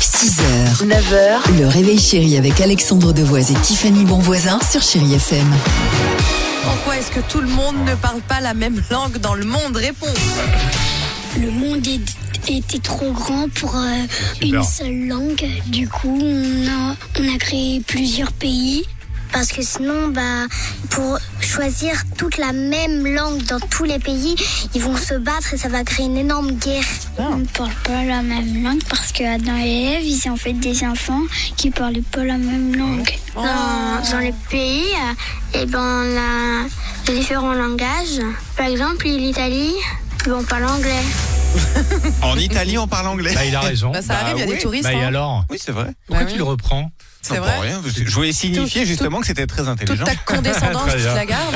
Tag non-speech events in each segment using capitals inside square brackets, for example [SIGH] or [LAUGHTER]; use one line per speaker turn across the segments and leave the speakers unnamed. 6h, 9h, le réveil chéri avec Alexandre Devoise et Tiffany Bonvoisin sur Chéri FM.
Pourquoi est-ce que tout le monde ne parle pas la même langue dans le monde Réponse.
Le monde est- était trop grand pour euh, une seule langue. Du coup, on a, on a créé plusieurs pays. Parce que sinon, bah, pour choisir toute la même langue dans tous les pays, ils vont se battre et ça va créer une énorme guerre.
On ne parle pas la même langue parce que dans les élèves, ils ont fait des enfants qui ne parlaient pas la même langue.
Dans, dans les pays, euh, eh ben, on a des différents langages. Par exemple, l'Italie, bon, on parle anglais.
En Italie, on parle anglais.
Bah, il a raison.
Bah, ça arrive, il y a des touristes.
Bah, et
hein.
alors
Oui, c'est vrai.
Pourquoi
Bah
tu
oui.
le reprends
C'est
Non,
vrai
pour rien. Je voulais signifier
Tout-
justement que c'était très
Toute
intelligent.
ta condescendance,
[LAUGHS] Très
tu
bien.
la gardes.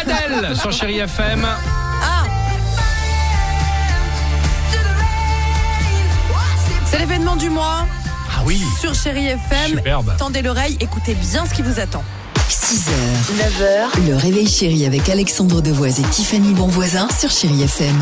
Adèle sur Chéri FM.
Ah C'est l'événement du mois
Ah oui,
sur Chéri FM.
superbe.
Tendez l'oreille, écoutez bien ce qui vous attend.
6h, 9h, le réveil chéri avec Alexandre Devoise et Tiffany Bonvoisin sur Chéri FM.